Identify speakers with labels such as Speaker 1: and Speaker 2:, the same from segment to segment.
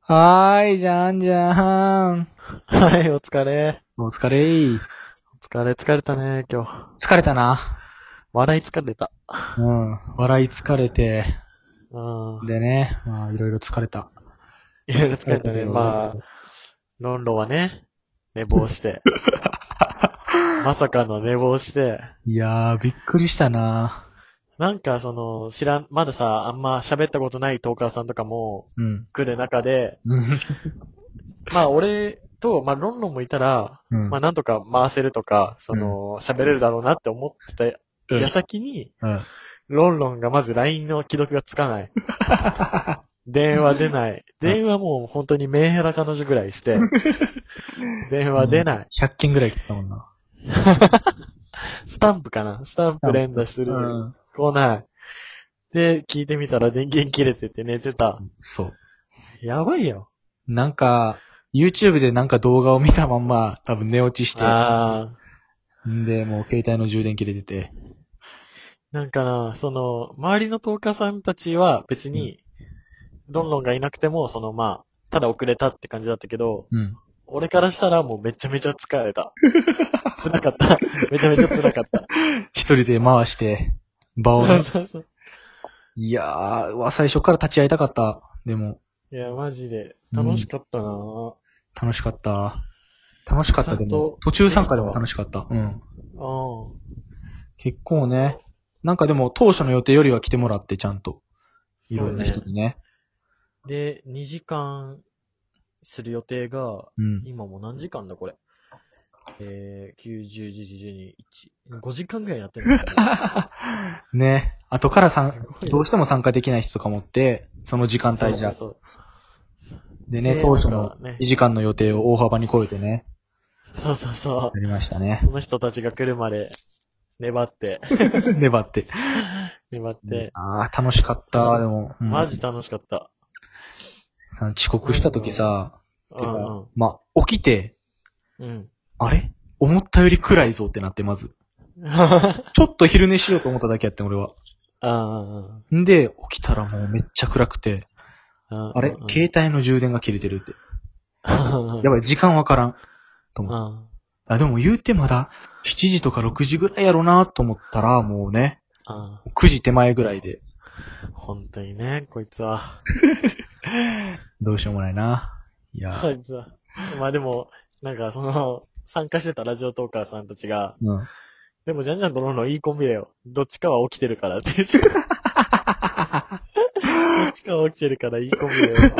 Speaker 1: はーい、じゃんじゃーん。
Speaker 2: はい、お疲れ。
Speaker 1: お疲れー。
Speaker 2: お疲れ、疲れたね、今日。
Speaker 1: 疲れたな。
Speaker 2: 笑い疲れた。
Speaker 1: うん。笑い疲れて、
Speaker 2: うん。
Speaker 1: でね、まあ、いろいろ疲れた。
Speaker 2: いろいろ疲れたね。まあ、ロンロはね、寝坊 して。まさかの寝坊して。
Speaker 1: いやー、びっくりしたな。
Speaker 2: なんか、その、知らん、まださ、あんま喋ったことないトーカーさんとかも
Speaker 1: うん。
Speaker 2: 来る中で、
Speaker 1: うん。
Speaker 2: まあ、俺と、まあ、ロンロンもいたら、
Speaker 1: うん
Speaker 2: まあ、なんとか回せるとか、その、喋れるだろうなって思ってた矢先に、
Speaker 1: うん。
Speaker 2: ロンロンがまず LINE の既読がつかない。電話出ない。電話もう本当にメンヘラ彼女ぐらいして。電話出ない。
Speaker 1: 100件ぐらい来てたもんな。
Speaker 2: スタンプかなスタンプ連打する。
Speaker 1: うん。
Speaker 2: 来ない。で、聞いてみたら電源切れてて寝てた。
Speaker 1: そう。
Speaker 2: やばいよ。
Speaker 1: なんか、YouTube でなんか動画を見たまんま、多分寝落ちして、
Speaker 2: ああ。
Speaker 1: んで、もう携帯の充電切れてて。
Speaker 2: なんかな、その、周りのトーカーさんたちは別に、ロンロンがいなくても、そのまあ、ただ遅れたって感じだったけど、
Speaker 1: うん。
Speaker 2: 俺からしたらもうめちゃめちゃ疲 れた。辛かった。めちゃめちゃ辛かった。
Speaker 1: 一人で回して、場を
Speaker 2: そ
Speaker 1: ね
Speaker 2: う。そうそう。
Speaker 1: いやー、わ最初から立ち会いたかった。でも、
Speaker 2: いや、マジで。楽しかったなぁ。
Speaker 1: 楽しかった。楽しかったけ
Speaker 2: ちゃん
Speaker 1: ど
Speaker 2: と、
Speaker 1: 途中参加でも楽しかった。うん。
Speaker 2: うん。
Speaker 1: 結構ね、なんかでも当初の予定よりは来てもらって、ちゃんと。い
Speaker 2: そ
Speaker 1: ろ
Speaker 2: うん
Speaker 1: な
Speaker 2: ね
Speaker 1: 人。にね。
Speaker 2: で、2時間する予定が、
Speaker 1: うん。
Speaker 2: 今もう何時間だこれ。えー、90、時12、1、5時間ぐらいやってるんだ
Speaker 1: ね。後からさ
Speaker 2: す
Speaker 1: ん
Speaker 2: ごい、ね
Speaker 1: どうしても参加できない人とかもって、その時間帯じゃ。
Speaker 2: そう
Speaker 1: でね、
Speaker 2: ね
Speaker 1: 当初
Speaker 2: なん
Speaker 1: の
Speaker 2: かね
Speaker 1: 2時間の予定を大幅に超えてね、
Speaker 2: そうそうそうそ
Speaker 1: やりました
Speaker 2: う。
Speaker 1: ね。
Speaker 2: その人たちが来るまで、粘って、
Speaker 1: 粘って。
Speaker 2: 粘って。
Speaker 1: あー、楽しかった。でも、うん
Speaker 2: マジ楽しかった。
Speaker 1: さ遅刻した時さ、
Speaker 2: う
Speaker 1: てか
Speaker 2: ん
Speaker 1: まあ、起きて、
Speaker 2: うん。うん。
Speaker 1: あれ思ったより暗いぞってなって、まず。
Speaker 2: あ
Speaker 1: ちょっと昼寝しようと思っただけやってん、俺は。
Speaker 2: あ。
Speaker 1: んで、起きたらもうめっちゃ暗くて、あ
Speaker 2: あ
Speaker 1: れ携帯の充電が切れてるって。や
Speaker 2: やばい。
Speaker 1: ばい、時間わからん。と
Speaker 2: う
Speaker 1: 思って。
Speaker 2: ん。
Speaker 1: あ、でも言うてまだ、7時とか6時ぐらいやろなと思ったら、もうね、
Speaker 2: あ
Speaker 1: 9時手前ぐらいで、
Speaker 2: 本当にね、こいつは。
Speaker 1: どうしようもないな。いや、
Speaker 2: こいつは。まあでも、なんかその、参加してたラジオトーカーさんたちが、
Speaker 1: うん。
Speaker 2: でもジャンジャンとロンロンいいコンビだよ。どっちかは起きてるからって言 ってた。どっちかは起きてるからいいコンビだよ。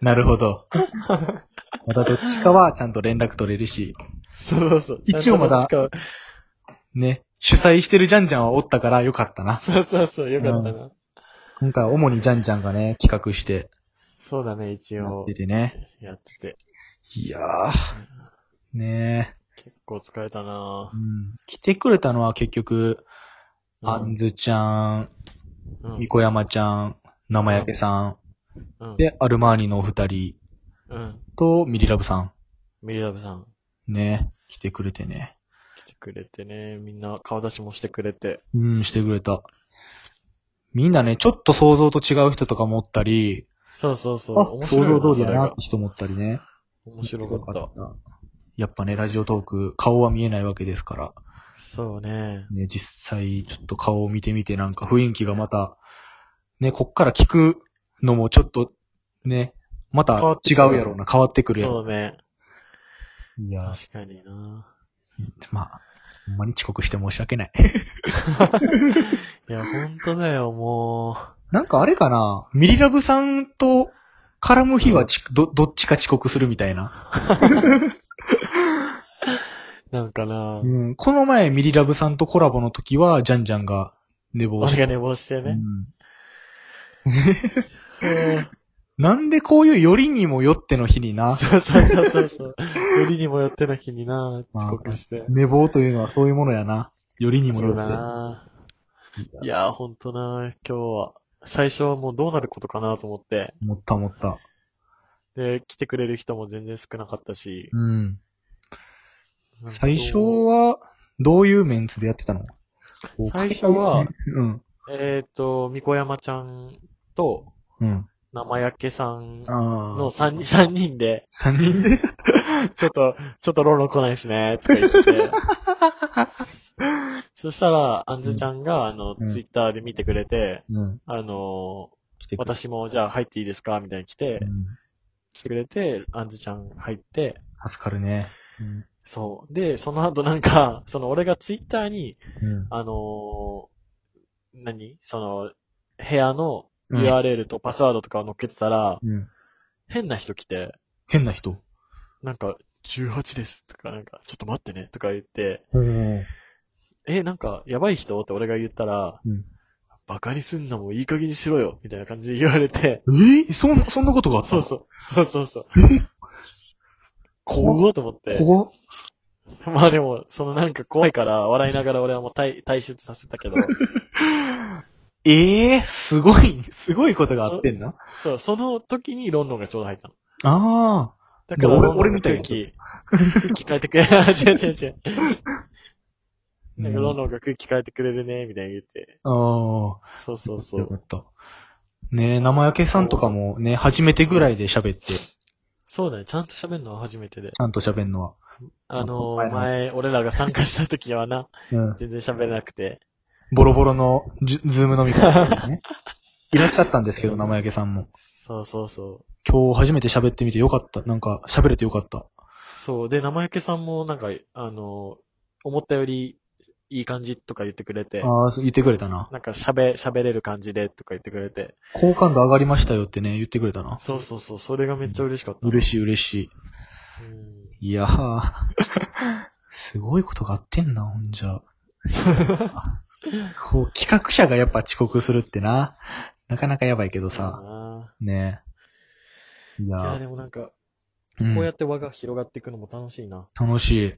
Speaker 1: なるほど。またどっちかはちゃんと連絡取れるし、
Speaker 2: そうそうそう。
Speaker 1: 一応まだ
Speaker 2: ちゃんとどっちかは
Speaker 1: ね、主催してるジャンジャンはおったからよかったな。
Speaker 2: そうそうそう、よかったな。
Speaker 1: 今回は主にジャンジャンがね、企画して、
Speaker 2: そうだね、一
Speaker 1: やっ
Speaker 2: 応
Speaker 1: て。てね。
Speaker 2: やってて。
Speaker 1: いやー、ねえ。
Speaker 2: 結構疲れたな
Speaker 1: うん来てくれたのは結局、あんずちゃん、
Speaker 2: うん
Speaker 1: みこやまちゃん、生焼けさ
Speaker 2: うん
Speaker 1: ん、。で、アルマーニのお二人
Speaker 2: うん。
Speaker 1: と、ミリラブさ
Speaker 2: ミリラブさん。
Speaker 1: ん。ね、来てくれてね。
Speaker 2: 来てくれてね、みんな顔出しもしてくれて。
Speaker 1: うん、してくれた。みんなね、ちょっと想像と違う人とかもおったり、
Speaker 2: そうそうそう。
Speaker 1: あ
Speaker 2: 面
Speaker 1: 想
Speaker 2: 白
Speaker 1: 像
Speaker 2: いな
Speaker 1: 通
Speaker 2: そ
Speaker 1: り
Speaker 2: れ
Speaker 1: だなっ
Speaker 2: が
Speaker 1: て。人もおったりね。
Speaker 2: 面白かった。
Speaker 1: やっぱね、ラジオトーク、顔は見えないわけですから、
Speaker 2: そうね。
Speaker 1: ね、実際、ちょっと顔を見てみて、なんか雰囲気がまた、ね、こっから聞くのもちょっと、ね、また
Speaker 2: 変わって
Speaker 1: 違
Speaker 2: くる
Speaker 1: うやろうな、変わってくるや
Speaker 2: そ
Speaker 1: ろ
Speaker 2: うね。
Speaker 1: う。いや、
Speaker 2: 確かにな。
Speaker 1: まあ、ほんまに遅刻して申し訳ない。
Speaker 2: いや、ほんとだよ、も
Speaker 1: なんかあれかな、ミリラブさんと絡む日はち、ど、どっちか遅刻するみたいな。
Speaker 2: う。なんかな。
Speaker 1: うん、この前ミリラブさんとコラボの時は、ジャンジャンが寝坊
Speaker 2: 俺
Speaker 1: して。
Speaker 2: が寝坊してね。
Speaker 1: うん なんでこういうよりにもよっての日に な、
Speaker 2: そうそうそうそうそう。よりにもよってな日にな、
Speaker 1: まあ
Speaker 2: 遅刻して。
Speaker 1: 寝坊というのはそういうものやな。よりにも
Speaker 2: そ
Speaker 1: よ
Speaker 2: う
Speaker 1: って
Speaker 2: だ。な。いや、ほんとな、今日は。最初はもうどうなることかなと思って。
Speaker 1: 思った思った。
Speaker 2: で、来てくれる人も全然少なかったし。
Speaker 1: うん。
Speaker 2: なんかどう
Speaker 1: 最初は、どういうメンツでやってたの
Speaker 2: 最初は、
Speaker 1: うん。
Speaker 2: えっ、と、みこやまちゃんと、
Speaker 1: うん。
Speaker 2: 生焼けさん
Speaker 1: ああ。
Speaker 2: の3人、三人で、
Speaker 1: 三人で
Speaker 2: ちょっと、ちょっとローロン来ないですね、とか 言って。そしたら、あんずちゃんが、あの、
Speaker 1: うん
Speaker 2: ツイッターで見てくれて、
Speaker 1: うん。
Speaker 2: あの
Speaker 1: 来て
Speaker 2: ー、私もじゃあ入っていいですかみたいに来て
Speaker 1: う、ん
Speaker 2: 来てくれて、あんずちゃん入って、
Speaker 1: 助かるね。うん。
Speaker 2: そう。で、その後なんか、 その俺がツイッターに、
Speaker 1: うん。
Speaker 2: あのー何その、部屋の
Speaker 1: うん
Speaker 2: URL とパスワードとかを載っけてたら、
Speaker 1: うん。
Speaker 2: 変な人来て、
Speaker 1: 変な人。
Speaker 2: なんか、18ですとか、なんか、ちょっと待ってねとか言って、
Speaker 1: おー。
Speaker 2: え、なんか、やばい人って俺が言ったら、
Speaker 1: うん
Speaker 2: バカにすんなもういい加減にしろよみたいな感じで言われて、
Speaker 1: えーそん、 そんなことがあった
Speaker 2: そうそう、そうそうそう。
Speaker 1: 怖っ
Speaker 2: 怖っと思って。
Speaker 1: 怖っ
Speaker 2: まあでも、そのなんか怖いから、笑いながら俺はもう退退出させた けど、
Speaker 1: ええすごい、すごいことがあってんな。
Speaker 2: そう、その時にロンロンがちょうど入ったの。
Speaker 1: あ
Speaker 2: だから、
Speaker 1: いや俺
Speaker 2: ロンロン
Speaker 1: 俺
Speaker 2: が
Speaker 1: みたいな
Speaker 2: 空気、空気変え てくれ、違う違う違う。
Speaker 1: あ。
Speaker 2: なんかロン
Speaker 1: うん
Speaker 2: ロンが空気変えてくれるね、みたいに言って。
Speaker 1: ああ。
Speaker 2: そうそうそ
Speaker 1: よか
Speaker 2: う。
Speaker 1: った。ねえ、生焼けさんとかもね、初めてぐらいで喋って、ち
Speaker 2: そうだね、ちゃんと喋るのは初めてで。
Speaker 1: ゃんと喋んのは。
Speaker 2: あの
Speaker 1: あ
Speaker 2: ー、前、俺らが参加した時はな、
Speaker 1: うん。
Speaker 2: 全然喋れなくて。
Speaker 1: ボロボロのジュズーム飲み会、ね。いらっしゃったんですけど、生焼けさんも。
Speaker 2: そうそうそう。
Speaker 1: 今日初めて喋ってみてよかった。なんか、喋れてよかった。
Speaker 2: そう。で、生焼けさんも、なんか、あの、思ったよりいい感じとか言ってくれて、
Speaker 1: ああ、そう言ってくれたな。
Speaker 2: なんか喋、喋れる感じでとか言ってくれて、
Speaker 1: 好感度上がりましたよってね、言ってくれたな。
Speaker 2: そうそうそう、それがめっちゃ嬉しかった。
Speaker 1: 嬉しい嬉し
Speaker 2: うん
Speaker 1: い。いやー。すごいことがあってんな、ほんじゃ。こう、企画者がやっぱ遅刻するってな。なかなかやばいけどさ。
Speaker 2: あ
Speaker 1: ねえ。い
Speaker 2: ー。いや、
Speaker 1: や
Speaker 2: でもなんか、
Speaker 1: ー、
Speaker 2: こうや
Speaker 1: っ
Speaker 2: って輪が広がっていくのも楽しいな。
Speaker 1: て楽し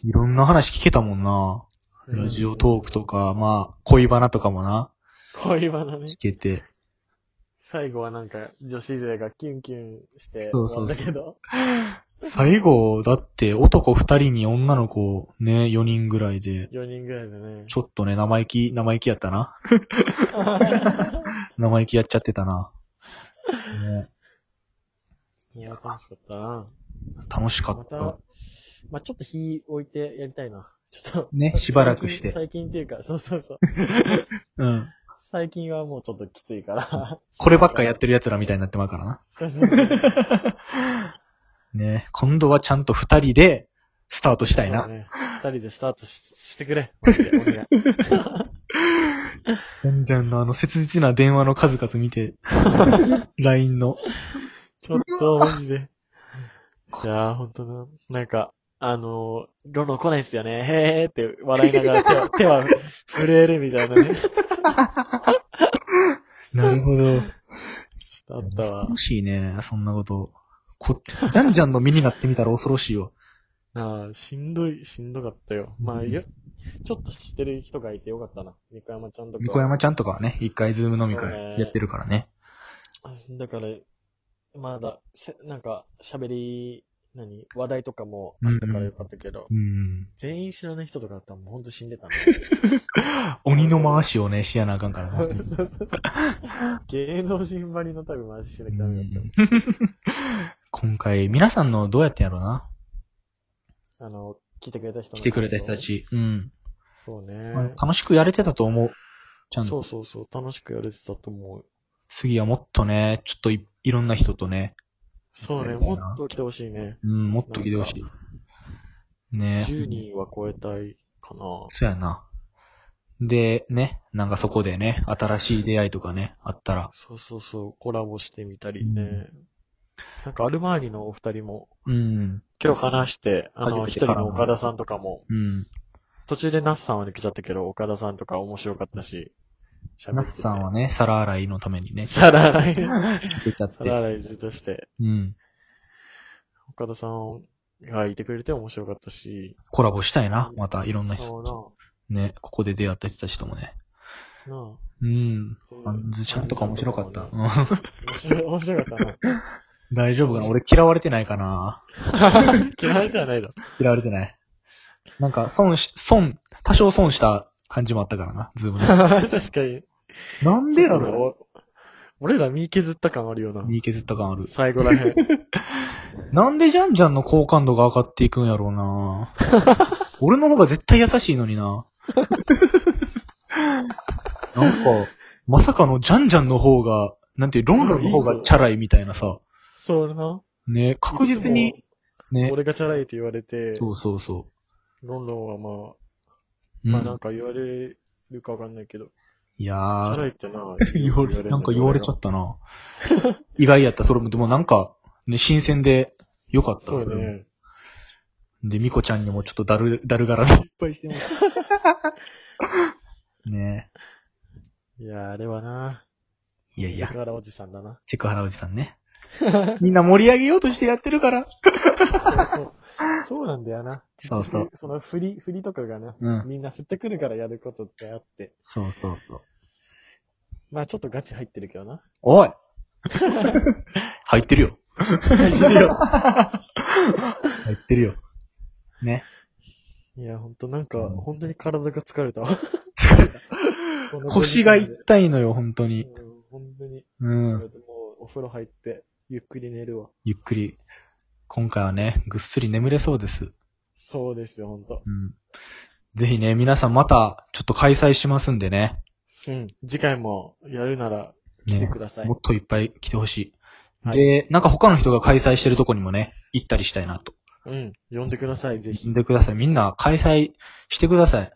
Speaker 1: い。いろんな話聞けたもんな。ラジオトークと
Speaker 2: か。
Speaker 1: か、まあ、恋バナとかもな、
Speaker 2: 恋バナね
Speaker 1: 聞。けて。
Speaker 2: 最後はなんか、女子勢がキュンキュンして
Speaker 1: そうそうそう
Speaker 2: 終わったけど。
Speaker 1: 最後、だって男二人に女の子ね、四人ぐらいで、
Speaker 2: 4人ぐらい でね。
Speaker 1: ちょっとね、生意気、生意気やったな。生意気やっちゃってたな。ね、
Speaker 2: いや、楽しかったな。
Speaker 1: 楽しか
Speaker 2: ま、
Speaker 1: ったた。
Speaker 2: まあ、ちょっと火置いてやりたいな。 ちょっと。
Speaker 1: ねしばらくして
Speaker 2: 最近最近っていうか、そうそうそう。
Speaker 1: うん。
Speaker 2: 最近はもうちょっときついから。
Speaker 1: こればっかやってる奴らみたいになってまうからな。
Speaker 2: そうそうそう。し
Speaker 1: ね今度はちゃんと二人でスタートしたいな。
Speaker 2: ね。二人でスタートししてくれ。マジでお願 い
Speaker 1: ほんじゃんのあの切実な電話の数々見 て、LINE の。
Speaker 2: ちょっと、マ ジで。いやー、ほんとな。なんか、あのー、ロロ来ないっすよね。へーって笑いながら手は、手は震えるみたいなね。ち
Speaker 1: なるほど。
Speaker 2: ょっとあったわ
Speaker 1: 楽。しいね、そんなこと。こ、じゃんじゃんの身になってみたら恐ろしいわ。
Speaker 2: ああ、しんどい、しんどかったよ。まあ、よ、ちょっと知ってる人がいてよかったな。三小山ちゃんとか。
Speaker 1: みこやまちゃんとかはね、一回ズーム飲み会やってるからね。
Speaker 2: あだから、まだ、せなんか、喋り、何話題とかもあったからよかったけど、
Speaker 1: うん。
Speaker 2: 全員知らない人とかだったらもうほんと死んでたね。
Speaker 1: 鬼の回しをね、しやな あかんからね。
Speaker 2: 芸能人ばりの多分マジしな
Speaker 1: う
Speaker 2: きゃダメだっ
Speaker 1: ん今回、皆さんのどうやってやろうな
Speaker 2: た。あの、来てくれた人の
Speaker 1: 来てくれた人た。ち。うん。
Speaker 2: そう
Speaker 1: まあ
Speaker 2: ね。
Speaker 1: 楽しくやれてたと思う。ちゃん
Speaker 2: そ
Speaker 1: と。
Speaker 2: うそうそう、楽しくやれてたと思う。
Speaker 1: 次はもっとね、ちょっといいろんな人とね、
Speaker 2: そうね、
Speaker 1: やりた
Speaker 2: も
Speaker 1: いな
Speaker 2: っと来てほしいね。
Speaker 1: うん、もっと来てほしい。ね
Speaker 2: 10人は超えたいかな。
Speaker 1: そうやな。で、ね、なんかそこでね、新しい出会いとかね、あったら。
Speaker 2: そうそうそう、コラボしてみたり
Speaker 1: う
Speaker 2: ね。なんかアルマーニのお二人も、
Speaker 1: うん、
Speaker 2: 今日話して、あ
Speaker 1: 初め
Speaker 2: の、
Speaker 1: て
Speaker 2: 一人の岡田さんとかも、
Speaker 1: うん。
Speaker 2: 途中でナスさんは抜けちゃったけど、岡田さんとか面白かったし、喋ってて
Speaker 1: ナスさんはね、皿洗いのためにね、
Speaker 2: 皿 洗い、
Speaker 1: 出ちゃっ
Speaker 2: 皿
Speaker 1: て。
Speaker 2: 洗いずっとして、
Speaker 1: うん。
Speaker 2: 岡田さんがいてくれて面白かったし、
Speaker 1: コラボしたいな、またいろんな人。
Speaker 2: そ
Speaker 1: ね、ここで出会った人たちともね。
Speaker 2: うな、な
Speaker 1: うん。
Speaker 2: あ
Speaker 1: あんずちゃんとか面白かった。うん
Speaker 2: 面白い面白かっ
Speaker 1: 大丈夫かな俺嫌われてないかな
Speaker 2: たな。 嫌われてはないだろ。
Speaker 1: 嫌われてない。なんか、損し、損、多少損した感じもあったからな、ズームで。
Speaker 2: 確かに。
Speaker 1: なんでだろう
Speaker 2: う俺ら身削った感あるよな。
Speaker 1: 身削った感ある。
Speaker 2: 最後らへん。
Speaker 1: なんでジャンジャンの好感度が上がっていくんやろう な俺の方が絶対優しいのにななんか、まさかのジャンジャンの方が、なんていう、ロンロンの方がチャラいみたいなさ。
Speaker 2: そうな。
Speaker 1: ね、確実に、
Speaker 2: いつ
Speaker 1: ね
Speaker 2: も。。俺がチャラいって言われて、
Speaker 1: そうそうそ
Speaker 2: ロンロンはまあ、
Speaker 1: う。
Speaker 2: まあ
Speaker 1: うん
Speaker 2: なんか言われるかわかんないけど、
Speaker 1: い
Speaker 2: チ
Speaker 1: や
Speaker 2: ャラ
Speaker 1: ー、
Speaker 2: いってな
Speaker 1: 言われ、なんか言われちゃ
Speaker 2: っ
Speaker 1: ったな。意外やった、それも。でもなんか、ね、新鮮で、よかった。
Speaker 2: そうね。
Speaker 1: で、ミコちゃんにもちょっとだる、だるがらみいっぱいしてます。ね
Speaker 2: いや、あれはな、
Speaker 1: え。いやい
Speaker 2: だ
Speaker 1: や、
Speaker 2: からおじさん だな。
Speaker 1: セクハラおじさんね。みんな盛り上げようとしてやってるから。
Speaker 2: そうそう。そうなんだよな。
Speaker 1: そうそう。
Speaker 2: その振り、振りとかがな、
Speaker 1: うん。
Speaker 2: みんな振ってくるからやることってあって。
Speaker 1: そうそうそう。
Speaker 2: まあちょっとガチ入ってるけ どな。
Speaker 1: おい入ってるよ。入ってるよ。ね。
Speaker 2: いや、ほんとなんか、ほんとに体が疲れたわ。 この
Speaker 1: 腰が
Speaker 2: うん
Speaker 1: 痛いのよ、本当に。
Speaker 2: ほんとに。
Speaker 1: う
Speaker 2: 疲
Speaker 1: ん
Speaker 2: れ。てもうお風呂入って、ゆっくり寝るわ。
Speaker 1: ゆっくり。今回はね、ぐっすり眠れそうです。
Speaker 2: そうですよ、ほんと。
Speaker 1: うん。ぜひね、皆さんまた、ちょっと開催しますんでね。
Speaker 2: うん。次回もやるなら来て
Speaker 1: ね。
Speaker 2: ください。
Speaker 1: もっといっぱい来てほしい。
Speaker 2: はい
Speaker 1: で、なんか他の人が開催してるとこにもね、行ったりしたいなと。
Speaker 2: うん。呼んでください、ぜひ
Speaker 1: 聞。いてください。みんな開催してください。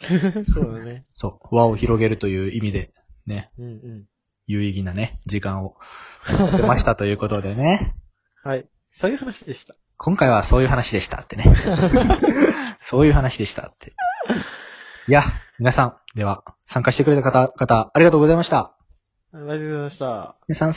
Speaker 2: そうだね。
Speaker 1: そう。輪を広げるという意味で、ね、
Speaker 2: うんうん。
Speaker 1: 有意義なね、時間を持ってましたということでね。
Speaker 2: はい。そういう話でした。
Speaker 1: 今回はそういう話でしたってね。そういう話でしたって。いや、皆さん、では、参加してくれた方々、ありがとうございました。
Speaker 2: ありがとうございました。
Speaker 1: 皆さん、